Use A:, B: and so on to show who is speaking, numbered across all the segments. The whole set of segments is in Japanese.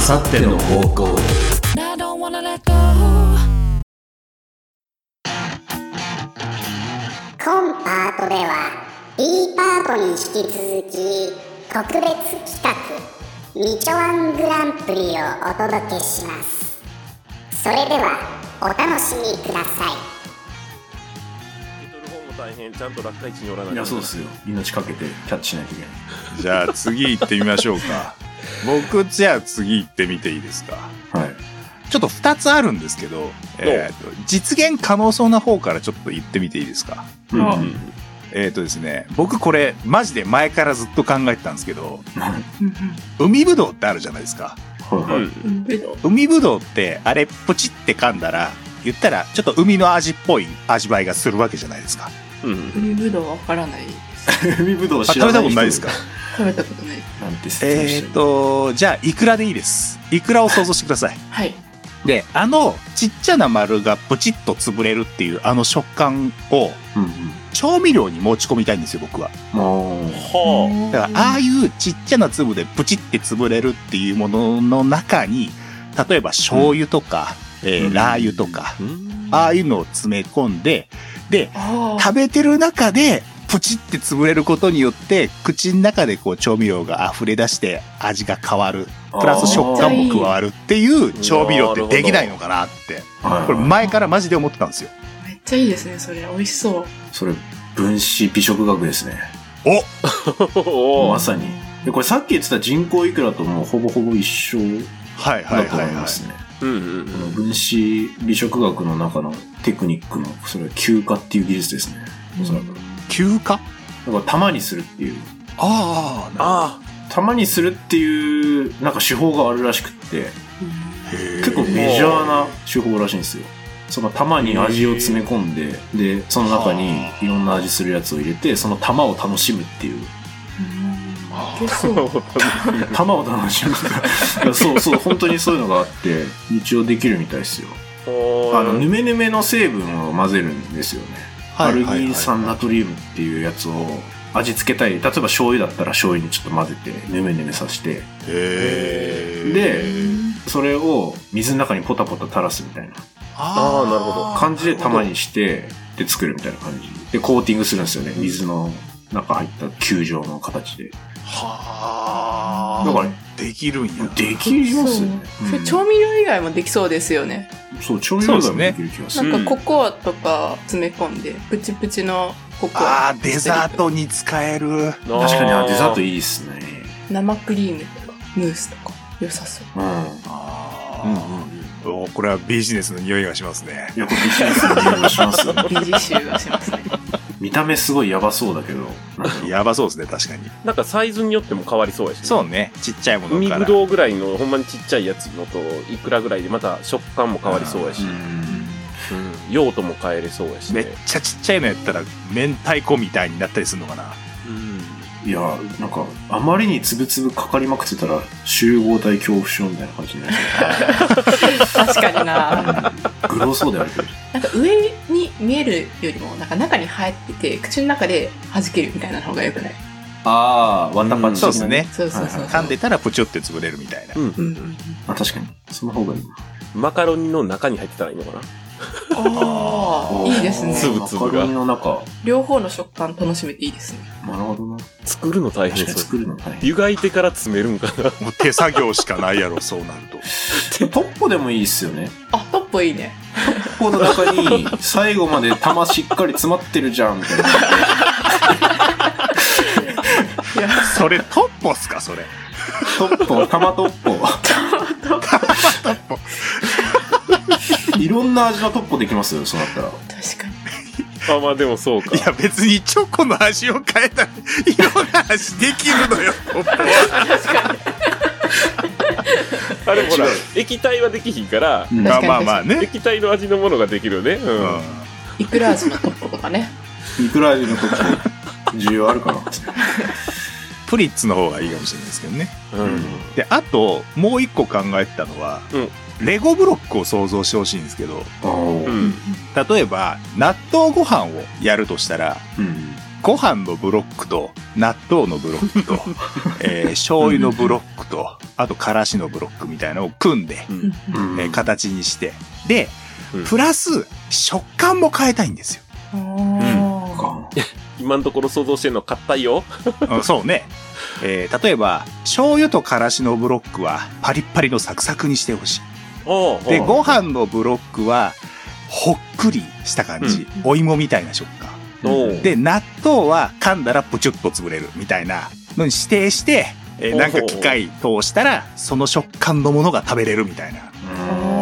A: さっての方向
B: I don't wanna let go.
C: 今パートでは B パートに引き続き特別企画「ミチョワングランプリ」をお届けしますそれではお楽しみください
D: 受け取る方も大変ちゃんと落下位置におらない
A: いやそうですよ命かけてキャッチしないといけない
E: じゃあ次行ってみましょ うか。僕、じゃあ次行ってみていいですか。
A: はい
E: ちょっと2つあるんですけど、えーと実現可能そうな方からちょっと言ってみていいですか。
A: うん
D: あ
E: えっ、とですね、僕これマジで前からずっと考えてたんですけど、
A: はい
E: 海ぶどうってあるじゃないですか。
A: はいはい
E: 海ぶどうってあれポチって噛んだら、言ったらちょっと海の味っぽい味わいがするわけじゃないですか。
D: うん
F: 海ぶどうわからないです。
A: 海ぶどう
E: あ
A: 知
E: 食
A: ら
E: べ
A: な
E: た
A: い
E: こと
A: 人
E: ないですか
F: 食べたことないです。
A: なんて説明し
E: え
A: て
E: っ
A: る
E: と、じゃあイクラでいいです。イクラを想像してください。
F: はい。
E: で、あのちっちゃな丸がポチッと潰れるっていうあの食感を
A: うん
E: 調味料に持ち込みたいんですよ、僕は。
A: うんもう
D: は
E: だから、ああいうちっちゃな粒でプチって潰れるっていうものの中に、例えば醤油とか、えー
A: うん
E: ラー油とか、
D: あ
E: ああいうのを詰め込んで、で、
F: あー
E: 食べてる中で、プチって潰れることによって、口の中でこう調味料が溢れ出して味が変わる。プラス食感も加わるっていう調味料ってできないのかなって。
A: はい
E: これ前からマジで思ってたんですよ。
F: めっちゃいいですね、それ。美味しそう。
A: それ分子美食学ですね
E: お
D: お
A: まさにでこれさっき言ってた人工いくらともうほぼほぼ一緒
E: はいは
A: だ
E: い
A: と
E: は
A: 思い
E: いは
A: ま
E: い。
A: すね
D: うんうん
A: この分子美食学の中のテクニックのそれは休暇っていう技術ですねおそらくだ
E: 休暇
A: から玉にするっていう
E: あ
D: あ
E: あ、
A: 玉にするっていうなんか手法があるらしくって
E: 結
A: 結構メジャーな手法らしいんですよその玉に味を詰め込んででその中にいろんな味するやつを入れてその玉を楽しむっていう
F: いけそう。
A: 玉を楽しむいやそうそう本当にそういうのがあって一応できるみたいですよ
D: お
A: あのヌメヌメの成分を混ぜるんですよねアルギン酸ナトリウムっていうやつを味付けたい例えば醤油だったら醤油にちょっと混ぜてヌメヌメさせて
E: へー
A: でそれを水の中にポタポタ垂らすみたいな
D: あーなるほど
A: 感じで玉にしてで作るみたいな感じでコーティングするんですよね水の中入った球状の形で
E: はあ
A: だから
E: できるんや
A: できますよね
F: そうそれ
A: うん
F: 調味料以外もできそうですよね。
A: そう調味料で
E: そう
A: も
E: で
A: ですきる気がす
F: な
A: る
F: んかココアとか詰め込んで、プチプチのココア。
E: あーデザートに使える
A: 確かにあデザート
D: い
A: いいですね
F: 生クリームとか、ムースとか。良さそう。
A: うん
E: あ
A: うんうん
E: ーおこれはビジネスの匂いがしますね
A: いやこれビジネスの匂いがしますよね
F: 美人臭がしますね。
A: 見た目すごいやばそうだけど
E: やばそうですね確かに
D: なんかサイズによっても変わりそうやしね
E: そうねちっちゃいもの
D: 海
E: か
D: ぶ
E: ら
D: どうぐらいのほんまにちっちゃいやつのといくらぐらいでまた食感も変わりそうやし、うん用途も変えれそうやし、
E: め
D: ね
E: っちゃちっちゃいのやったら明太子みたいになったりするのかな
A: うんいやなんかあまりにつぶつぶかかりまくってたら集合体恐怖症みたいな感じになり
F: 確かにな。
A: そうグロそうであるけど
F: なんか上に見えるよりも、なんか中に入ってて、口の中で弾けるみたいな方が良くない
A: ああワンタパンチ的な
E: そうですね
F: そうそうそう。
E: 噛んでたらポチョって潰れるみたいな
D: うん
F: うんうんうん。
A: あ確かにその方がいいな
D: マカロニの中に入ってたらいいのかな
F: ああ、いいですね。
D: 粒々が
A: マカロニの中
F: 両方の食感楽しめていいですね。
A: なるほどな
D: 作るの大
A: 確か
D: 変
A: に
D: そう
A: 作るの大変
D: 湯がいてから詰めるんかな
E: もう手作業しかないやろそうなると
A: トッポでもいいっすよね
F: あ、トップいいね。
A: トッポの中に最後まで玉しっかり詰まってるじゃんみたいな
F: いや、
E: それトッポっすかそれ
A: トッポ玉トッポいろんな味のトッポできますよそうなったら
F: 確かに。
D: あまあでもそうか
E: いや別にチョコの味を変えたらいろんな味できるのよ
D: あでもほら液体はできひんから
A: うん
F: 確かに
E: まあまあね、
D: 液体の味のものができるよねう
E: うんん、
F: いくら味のトップとかね。
A: いくら味のトッポ需要あるかな
E: プリッツの方がいいかもしれないですけどね
D: うん
E: であともう一個考えてたのは、レゴブロックを想像してほしいんですけど
A: おー
D: うん
E: 例えば納豆ご飯をやるとしたら
A: うん
E: ご飯のブロックと、納豆のブロック と、えー醤油のブロックと、あと、からしのブロックみたいなのを組んで、
D: う
F: うん
D: ん。
A: う
F: うん
E: えー形にして。で
D: うん、
E: プラス、食感も変えたいんですよ。
F: んあ
A: か
D: 今のところ想像してるの硬いよ。
E: うんそうね。えー例えば、醤油とからしのブロックは、パリッパリのサクサクにしてほしい。
D: おう
E: で、
D: おう
E: ご飯のブロックは、ほっくりした感じ。お芋みたいな食感。
D: おう
E: で、納豆は噛んだらプチュッと潰れるみたいなのに指定して、えーなんか機械通したら、その食感のものが食べれるみたいな。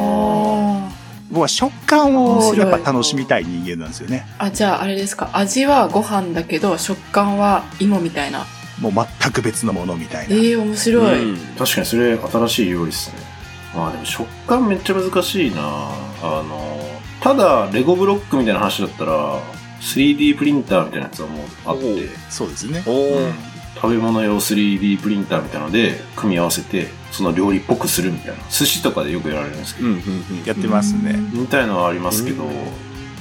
F: ー
E: 僕は食感
F: 面
E: をや
F: 白い
E: っぱ楽しみたい人間なんですよね。
F: あじゃああれですか味はご飯だけど食感は芋みたいな
E: もう全く別のものみたい
F: え
E: な。
F: ー、面白い、
D: うん
A: 確かにそれ新しい料理ですねまあでも食感めっちゃ難しいなあのただレゴブロックみたいな話だったら 3D プリンターみたいなやつはもうあって、
D: おう
E: そうですね。
D: おう
A: うん食べ物用 3D プリンターみたいなので組み合わせてその料理っぽくするみたいな寿司とかでよくやられるんですけ
D: う
A: ど、
D: んうん
E: やってますね。
A: みたいのはありますけど、
D: うん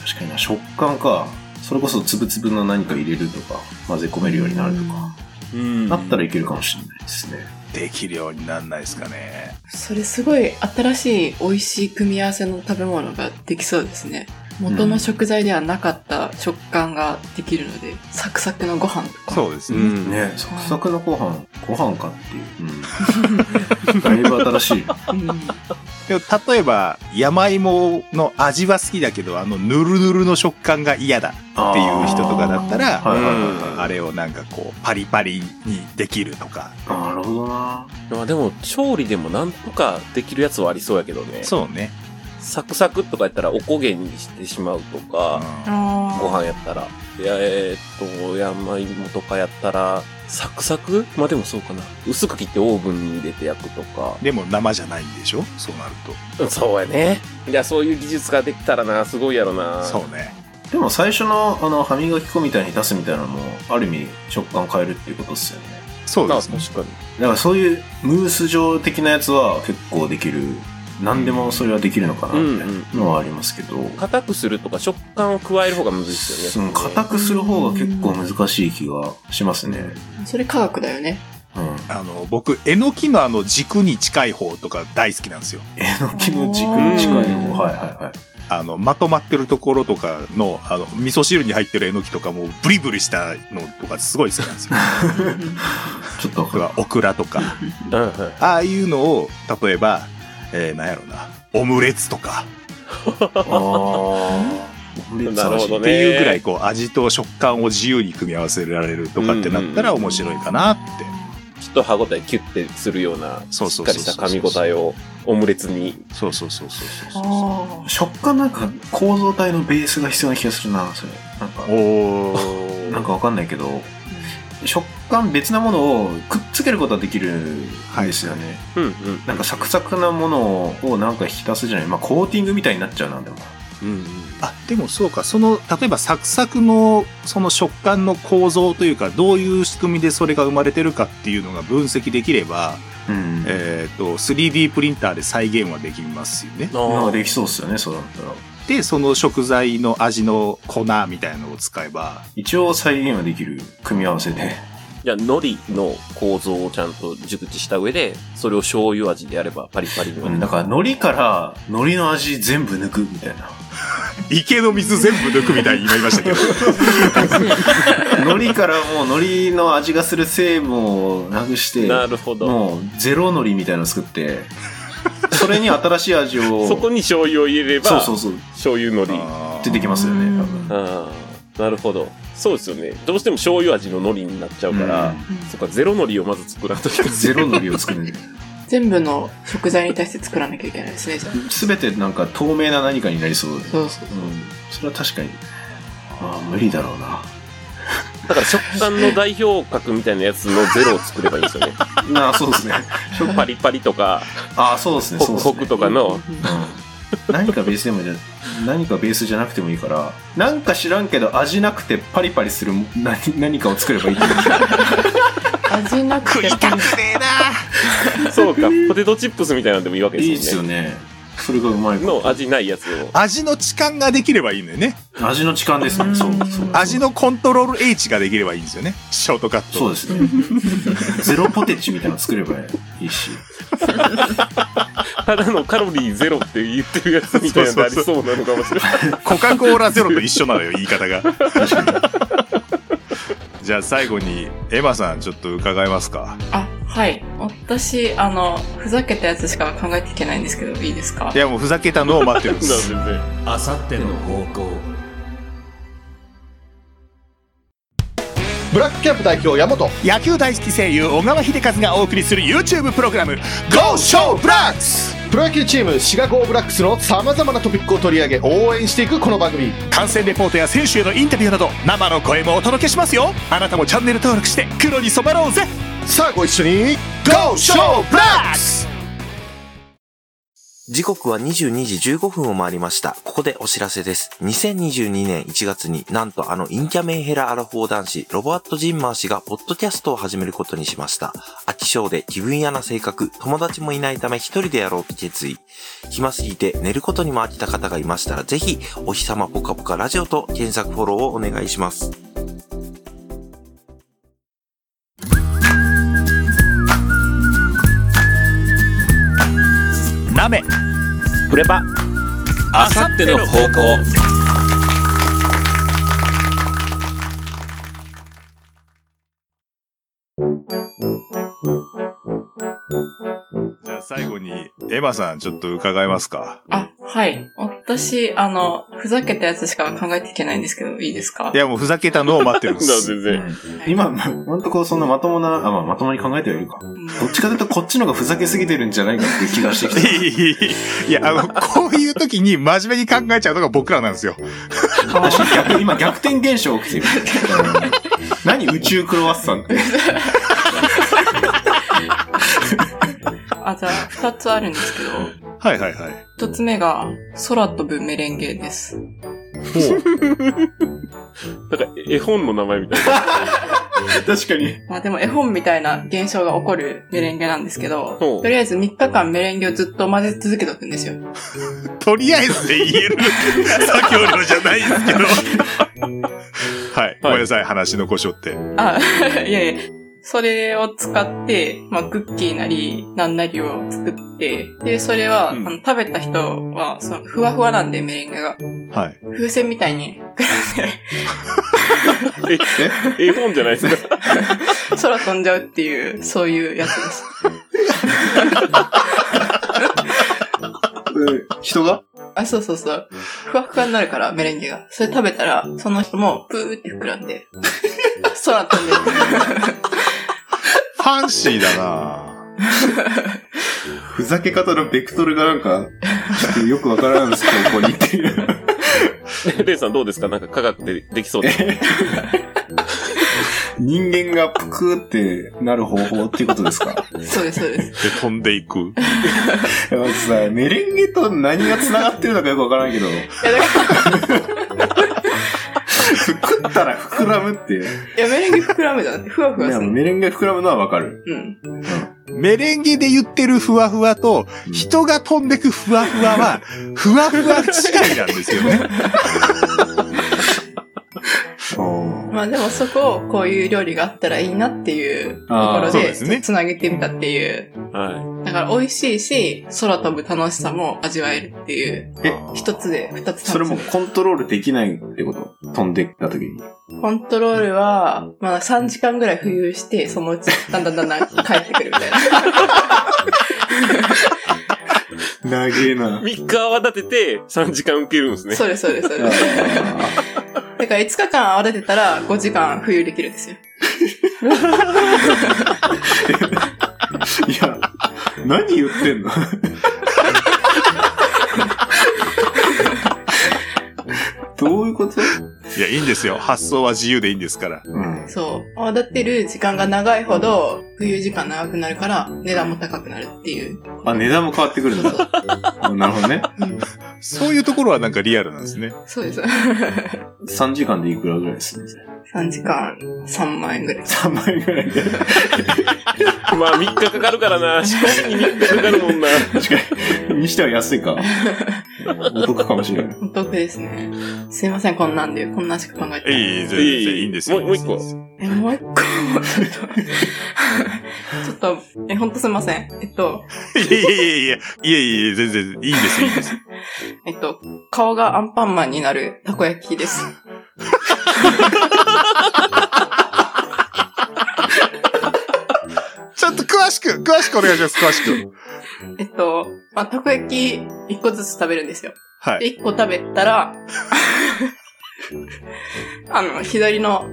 A: 確かにな食感かそれこそつぶつぶの何か入れるとか混ぜ込めるようになるとか、
D: うん。
A: なったらいけるかもしれないですね
E: できるようになんないですかね。
F: それすごい新しい美味しい組み合わせの食べ物ができそうですね元の食材ではなかった食感ができるので、サクサクのご飯とか
E: そうです
D: う
E: ね。
D: ん。
A: ねサクサクのご飯ご飯かっていう、うん、だいぶ新しい
F: うん
E: でも例えば、山芋の味は好きだけど、あの、ぬるぬるの食感が嫌だっていう人とかだったら、
A: はいはいはい
D: うん
E: あれをなんかこう、パリパリにできるとか。
A: なるほどな
D: まあでも、調理でもなんとかできるやつはありそうやけどね。
E: そうね。
D: サクサクとかやったらおこげにしてしまうとか、ご飯やったら。いや、えーっと、山芋とかやったら、サクサクまあでもそうかな。薄く切ってオーブンに入れて焼くとか。
E: でも生じゃないんでしょそうなると。
D: うんそうやね。いや、そういう技術ができたらな、すごいやろな。
E: そうね。
A: でも最初のあの歯磨き粉みたいに出すみたいなのもある意味食感変えるっていうことですよね
E: そう
D: ま
E: で
D: あ
E: すね。
D: 確かに。
A: だからそういうムース状的なやつは結構できる何でもそれはできるのかなみたいなのはありますけど、
D: 硬くするとか食感を加える方がむずいです
A: そ
D: よ
A: の
D: ね。
A: 硬くする方が結構難しい気がしますね。
F: それ科学だよね
A: うん。
E: あの、僕、えのきのあの軸に近い方とか大好きなんですよ。
A: え のきの軸に近いの
F: うん
A: 方。はいはいはい。
E: あの、まとまってるところとかの、あの、味噌汁に入ってるえのきとかもブリブリしたのとかすごい好きなんです よ。
A: ちょっと
E: とか、オクラとか。
D: うんうん
E: ああいうのを、例えば、えー、なんやろな。オムレツとか
A: ああ ー。
D: なるほど
E: っ
D: ね
E: ていうぐらいこう味と食感を自由に組み合わせられるとかってなったら
D: うん
E: 面白いかなって。
D: ちょっと歯ごたえキュッてするような、し
E: そうそ
D: っ
E: う
D: か
E: そう
D: り
E: そう
D: した噛み応えをオムレツに。
E: そうそうそうそうそうそ
F: あ
A: 食感なんか構造体のベースが必要な気がするな、それ。なんか
E: う。、おー。
A: なんかわかんないけど、食感別なものをくっつけることはできるんですよね。
D: うんうん。
A: なんかサクサクなものをなんか引き出すじゃない。まあコーティングみたいになっちゃうな、でも。
D: うんうん。
E: あ、でもそうか、その、例えばサクサクの、その食感の構造というか、どういう仕組みでそれが生まれてるかっていうのが分析できれば、
A: うん。
E: えっ、と、3D プリンターで再現はできますよね。
A: なん
D: あ
A: かできそうっすよね、そうだったら。
E: で、その食材の味の粉みたいなのを使えば、
A: 一応再現はできる組み合わせで。
D: じゃあ、海苔の構造をちゃんと熟知した上で、それを醤油味でやればパリパリには
A: なんか海苔から海苔の味全部抜くみたいな。
E: 池の水全部抜くみたいになりまし たけど。
A: 海苔からもう海苔の味がする成分をなくして、
D: なるほど。
A: もうゼロ海苔みたいなの作って、それに新しい味を、
D: そこに醤油を入れれば、
A: そうそうそう、
D: 醤油海苔。
A: 出てきますよね、多分。
D: ああ、なるほど。そうですよね。どうしても醤油味の海苔になっちゃうから、
A: うん
D: そっか、ゼロ海苔をまず作らんといけない。
A: ゼロ海苔を作る。
F: 全部の食材に対して作らなきゃいけないですねじゃあ
A: すべてなんか透明な何かになりそうで。
F: そうそう
A: うん。それは確かに。まあ無理だろうな。
D: だから食感の代表格みたいなやつのゼロを作ればいいんですよね。
A: なあ、そうですね。
D: パリパリとか、
A: ああ、そうですね、
D: ホ
A: そう
D: ク
A: ですね。
D: ホクとかの、
A: うん何かベースでもいいじゃ何かベースじゃなくてもいいからなんか知らんけど味なくてパリパリする何何かを作ればいいってこと
F: 味なくて
D: そうか、ポテトチップスみたいなんでもいいわけ
A: いい
D: で
A: ですす
D: よ
A: よ
D: ね。
A: ねそれがうまいこと
D: の味ないやつを。
E: 味の痴漢ができればいいんだよね。
A: 味の痴漢ですね。そう、そう。
E: 味のコントロール H ができればいいんですよね。ショートカット。
A: そうですね。ゼロポテチみたいなの作ればいいし。
D: ただのカロリーゼロって言ってるやつみたいなのがありそうなのかもしれない。
E: コカ・コーラゼロと一緒なのよ、言い方が。じゃあ最後に、エマさん、ちょっと伺えますか。
F: あ、はい。私、あの、ふざけたやつしか考えていけないんですけど、いいですか
E: いや、もうふざけたのを待ってるんです。
D: なんでね
G: あさっての方向
H: ブラックキャップ代表山本
E: 野球大好き声優、小川秀和がお送りする YouTube プログラム、GO!
H: ショーブラックスプロ野球チームシガゴーブラックスのさまざまなトピックを取り上げ応援していくこの番組
E: 観戦レポートや選手へのインタビューなど、生の声もお届けしますよ。あなたもチャンネル登録して、黒に染まろうぜ
H: さあご一緒に GO! ショーブラックス
I: 時刻は22時15分を回りました。ここでお知らせです。2022年1月になんとあのインキャメンヘラアラフォー男子、ロバート・ジンマー氏がポッドキャストを始めることにしました。飽き性で気分屋な性格、友達もいないため一人でやろうと決意。暇すぎて寝ることにも飽きた方がいましたら、ぜひ、お日様ぽかぽかラジオと検索フォローをお願いします。
E: なめ
D: プレバ、あさっての方向。
E: じゃあ最後に、エマさん、ちょっと伺えますか。
F: あ、はい。私、あの、ふざけたやつしか考えていけないんですけど、いいですか
E: いや、もうふざけたのを待ってるんで
D: なん
E: す。
D: でね
A: 今、今んとこそんなまともな、あ、まあ、まともに考えてはいるか。どっちかというとこっちの方がふざけすぎてるんじゃないかっていう気がしてき て。
E: いや、あの、こういう時に真面目に考えちゃうのが僕らなんですよ。
A: 私逆、今逆転現象起 きてる。うん何宇宙クロワッサンって。
F: あ、じゃあ、二つあるんですけど、
E: はいは いはい。
F: 一つ目が、空飛ぶメレンゲです。
D: なんか絵本の名前みたいな。
A: 確かに。
F: まあでも絵本みたいな現象が起こるメレンゲなんですけど、
D: ほう
F: とりあえず3日間メレンゲをずっと混ぜ続けとくんですよ。
E: とりあえずで言える作業量じゃないんですけど。はい。ごめんなさい、話の故障って。
F: あ、いやいや。それを使って、まあ、クッキーなり、なんなりを作って、で、それは、
A: うん
F: あの食べた人は、その、ふわふわなんで、メレンゲが。
E: はい。
F: 風船みたいに、
D: え絵本じゃないですか。
F: 空飛んじゃうっていう、そういうやつです。
A: 人が
F: あ、そうそうそう。ふわふわになるから、メレンゲが。それ食べたら、その人も、プーって膨らんで、空飛んでる。
E: ファンシーだな
A: ふざけ方のベクトルがなんか、ちょっとよくわからんですけど、ここにって いう。
D: レイさんどうですかなんか科学でできそうです。
A: 人間がぷくってなる方法っていうことですか
F: そうです、そうです。
E: で、飛んでいく。
A: いやまずさ、メレンゲと何が繋がってるのかよくわからんけど、
F: いや、だから
A: 食ったら膨らむって。い
F: いや、メレンゲ膨らむじゃなくて、ふわふわ
A: や
F: する。
A: メレンゲ膨らむのはわかる。
F: うん。
E: メレンゲで言ってるふわふわと、人が飛んでくふわふわは、ふわふわ違いなんですよ ね。
A: お
F: まあでもそこをこういう料理があったらいいなっていうとこ
A: あ
F: ろ
A: ー
E: そう
F: で
E: ですね
F: つなげてみたっていう。
D: は
F: だから美味しいし、空飛ぶ楽しさも味わえるっていう、
A: え、
F: 一つで二つ
A: それ
F: 楽し
A: も
F: む。
A: コントロールできないってこと飛んでった時に。
F: コントロールは、まあ3時間ぐらい浮遊して、そのうちだんだんだんだん帰ってくるみ たいな。
A: 長え
D: い。
A: な。
D: 3日泡立てて3時間受けるんですね。
F: そうです、そうです、そうです。だから5日間泡立てたら5時間浮遊できるんですよ。
A: いや、何言ってんのどういうこと
E: いや、いいんですよ。発想は自由でいいんですから。
A: うん。
F: そう。泡立てる時間が長いほど冬時間長くなるから値段も高くなるっていう。
A: あ、値段も変わってくるんだ。なるほどね。
F: うん
E: そういうところはなんかリアルなんですね。
F: そうです。
A: 3時間でいくらぐらいするんですか
F: 3時間3万円ぐらい。
A: ?3 万円ぐらいで。
D: まあ、3日かかるからな。仕込みに3日かかるもんな。
A: 確かに。にしては安いか。お得かもしれない。
F: お得ですね。すいません、こんなんで、こんなしか考えてない。
E: いい、全
D: 然いい
E: 然いいんですよ。
D: もうもう一個
F: え、もう一個、ちょっと、 ちょっと、え、ほんとすいません。えっと、
E: いやいやいやいや、いやいや、全然いいんですよ、いいんですよ。
F: えっと、顔がアンパンマンになるたこ焼きです。
E: ちょっと詳しく、詳しくお願いします、詳しく。
F: えっと、まあ、たこ焼き一個ずつ食べるんですよ。
E: は
F: で、
E: い。
F: 一個食べたら、あの、左の、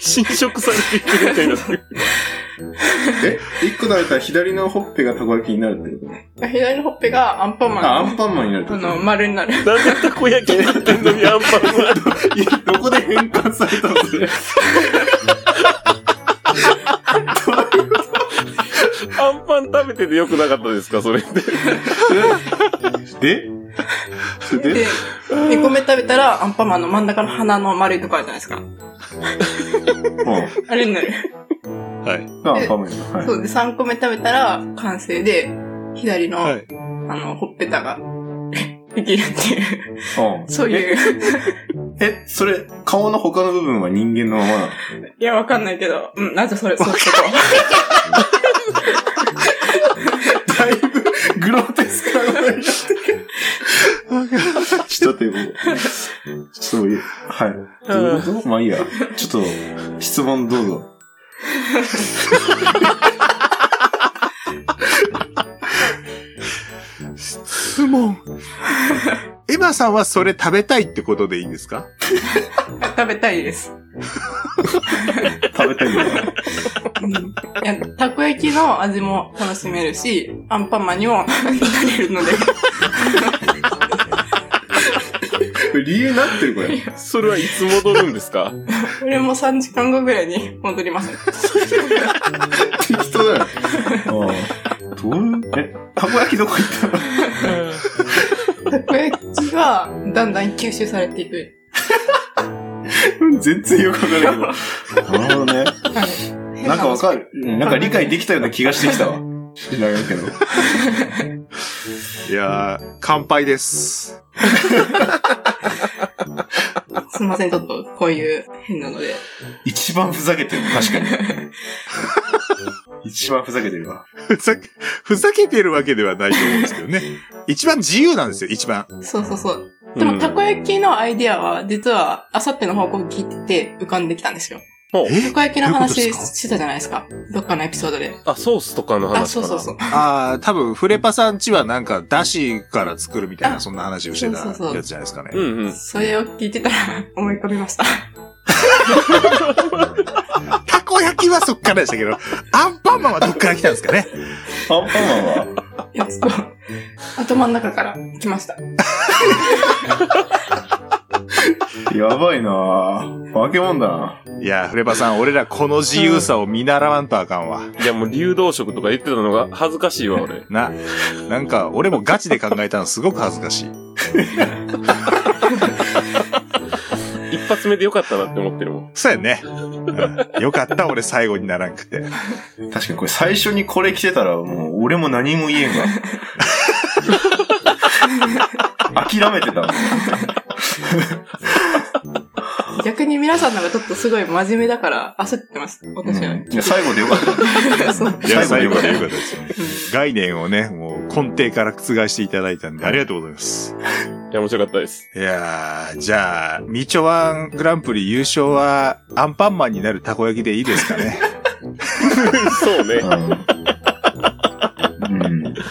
D: 侵食されていくみたいな。
A: え、1個食べたら左のほっぺがたこ焼きになるってこと
F: 左のほっぺがアンパン
A: あ、ア
F: マン
A: ンパンマンになるって
F: の、あ
A: こ
F: の、丸になる。
D: なんでたこ焼きになってんのにアンパンマン。
A: といや どこで変換されたのそれ。
D: アンパン食べててよくなかったですかそれって。
A: でそれで
F: で、2個目食べたら、アンパンマンの真ん中の鼻の丸いとこあるじゃないですか。
A: う
F: あれになる。
E: はい。
A: ん。がアンパンマンになる。はい
F: そうで、3個目食べたら、完成で、左の、
E: はい。
F: あの、ほっぺたが、できるっていう、
A: うん
F: そういう、
A: え、それ、顔の他の部分は人間のままなの
F: いや、わかんないけど、うん、なぜそれ、そうして
A: だいぶ グロテスクなことになってる。 ちょっと待って、もうちょっともういい。はい。どういうことまあいいや。ちょっと、質問どうぞ。
E: 質問。エマさんはそれ食べたいってことでいいんですか
F: 食べたいです。
A: 食べたいんだよ。
F: うんいや、たこ焼きの味も楽しめるし、アンパンマンにも なれるので、
A: これ理由になってるこれ。
D: それはいつ戻るんですか
F: これも3時間後ぐらいに 戻ります。
A: 適当だよ。ああ。どういう、え、たこ焼きどこ行ったの
F: たこ焼きが、だんだん吸収されていく。
A: うん全然よくわからないけど。なるほどね。
F: はい
A: なんかわかる。うんなんか理解できたような気がしてきたわ。知らんけど。
E: いやー、乾杯です。
F: すいません、ちょっと、こういう変なので。
A: 一番ふざけてる、確かに。一番ふざけてるわ。
E: ふざけ、ふざけてるわけではないと思うんですけどね。 一番自由なんですよ、一番。
F: そうそうそう。でも、たこ焼きのアイディアは、実は、あさっての報告聞いてて、浮かんできたんですよ。
E: え
F: たこ焼きの
E: どういうことで
F: 話
E: すか
F: してたじゃないですか。どっかのエピソードで。
D: あ、ソースとかの話かな
F: あ、そうそうそう。
E: ああ、多分、フレパさんちはなんか、だしから作るみたいな、
F: あ
E: そんな話をしてた
F: そうそうそう
E: やつじゃないですかね。
D: うんうん。
F: それを聞いてたら思い浮かびました。
E: たこ焼きはそっからでしたけど、アンパンマンはどっから来たんですかね。
A: アンパンマンはい
F: や、ちょっと、頭の中から来ました。
A: やばいなぁ。化け物だな。
E: いや、フレパさん、俺らこの自由さを見習わんとあかんわ。
D: いや、もう流動食とか言ってたのが恥ずかしいわ、俺。
E: な、なんか、俺もガチで考えたのすごく恥ずかしい。
D: 一発目でよかったなって思ってるもん。
E: そうやね。うんよかった、俺最後にならんくて。
A: 確かにこれ最初にこれ着てたらもう俺も何も言えん わ。諦めてたもん。
F: 逆に皆さんのがちょっとすごい真面目だから焦ってます。私は。
A: いや最後でよかった。
F: そう
E: いや、
A: 最
E: 最
A: 後
E: 後
A: でよ
E: でよ
A: か
E: か
A: っ
E: ったです。概念をね、もう根底から覆していただいたんで、ありがとうございます。
D: いや、面白かったです。
E: いやー、じゃあ、ミチョワングランプリ優勝は、アンパンマンになるたこ焼きでいいです かね。
D: そうね。
A: うん。うん。なんか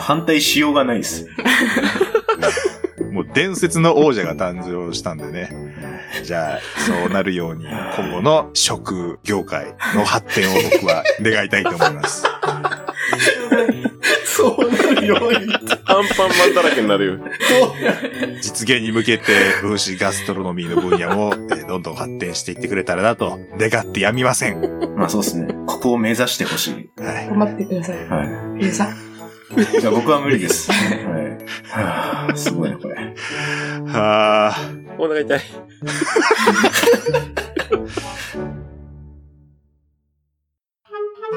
A: 反対しようがないです。
E: もう伝説の王者が誕生したんでね。じゃあ、そうなるように、今後の食業界の発展を僕は願いたいと思います。
A: そうなる広い。
D: アンパンマンだらけになるよ。
E: 実現に向けて、分子ガストロノミーの分野も、えーどんどん発展していってくれたらなと、願ってやみません。は
A: まあそうですね。ここを目指してほしい。
E: い。
F: 頑張ってください。
A: は
F: ゆうさん。
A: い。じゃあ僕は無理です。はい。はあ、すごいな、これ。
E: はあ。
D: お腹痛い。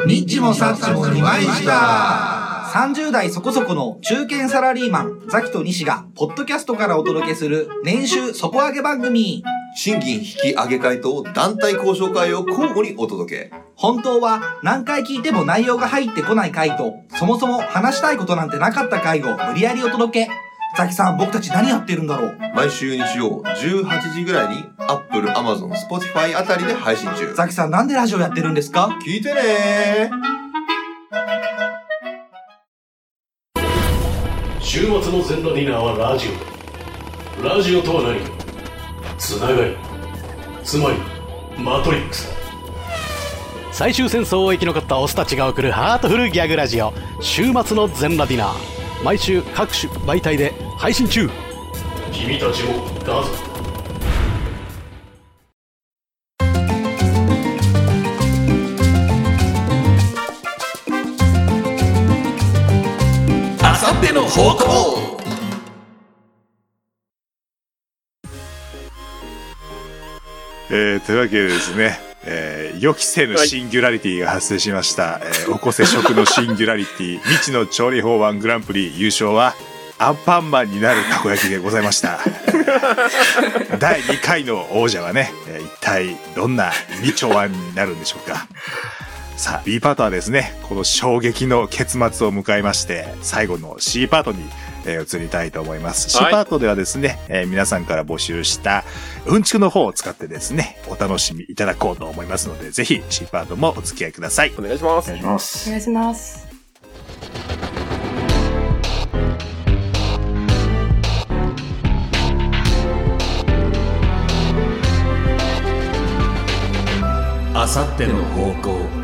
G: ニッチもサッチも2枚した30代そこそこの中堅サラリーマン、ザキと西が、ポッドキャストからお届けする、年収底上げ番組。
J: 賃金引き上げ会と団体交渉会を交互にお届け。
G: 本当は、何回聞いても内容が入ってこない回と、そもそも話したいことなんてなかった回を無理やりお届け。ザキさん、僕たち何やってるんだろう
J: 毎週日曜18時ぐらいに Apple、Amazon、Spotify あたりで配信中。
G: ザキさん、なんでラジオやってるんですか
J: 聞いてね
K: 週末の全ロディナーはラジオラジオとは何かつながりつまりマトリックスだ
L: 最終戦争を生き残ったオスたちが送るハートフルギャグラジオ週末の全ラディナー毎週各種媒体で配信中
K: 君たちもだぞ
J: あさっての方向
E: えーというわけでですね、えー予期せぬシンギュラリティが発生しました、えーおこせ食のシンギュラリティ 未知の調理法ワングランプリ優勝はアンパンマンになるたこ焼きでございました 第2回の王者はね、えー一体どんなみちょワンになるんでしょうかさあ B パートはですねこの衝撃の結末を迎えまして最後の C パートに、えー移りたいと思います、
D: はい
E: C パートではですね、えー皆さんから募集したうんちくの方を使ってですねお楽しみいただこうと思いますのでぜひ C パートもお付き合いください
D: お願いしま
A: お
D: す。
A: 願いしま
F: お
A: す。
F: 願いします。
G: あさっての方向。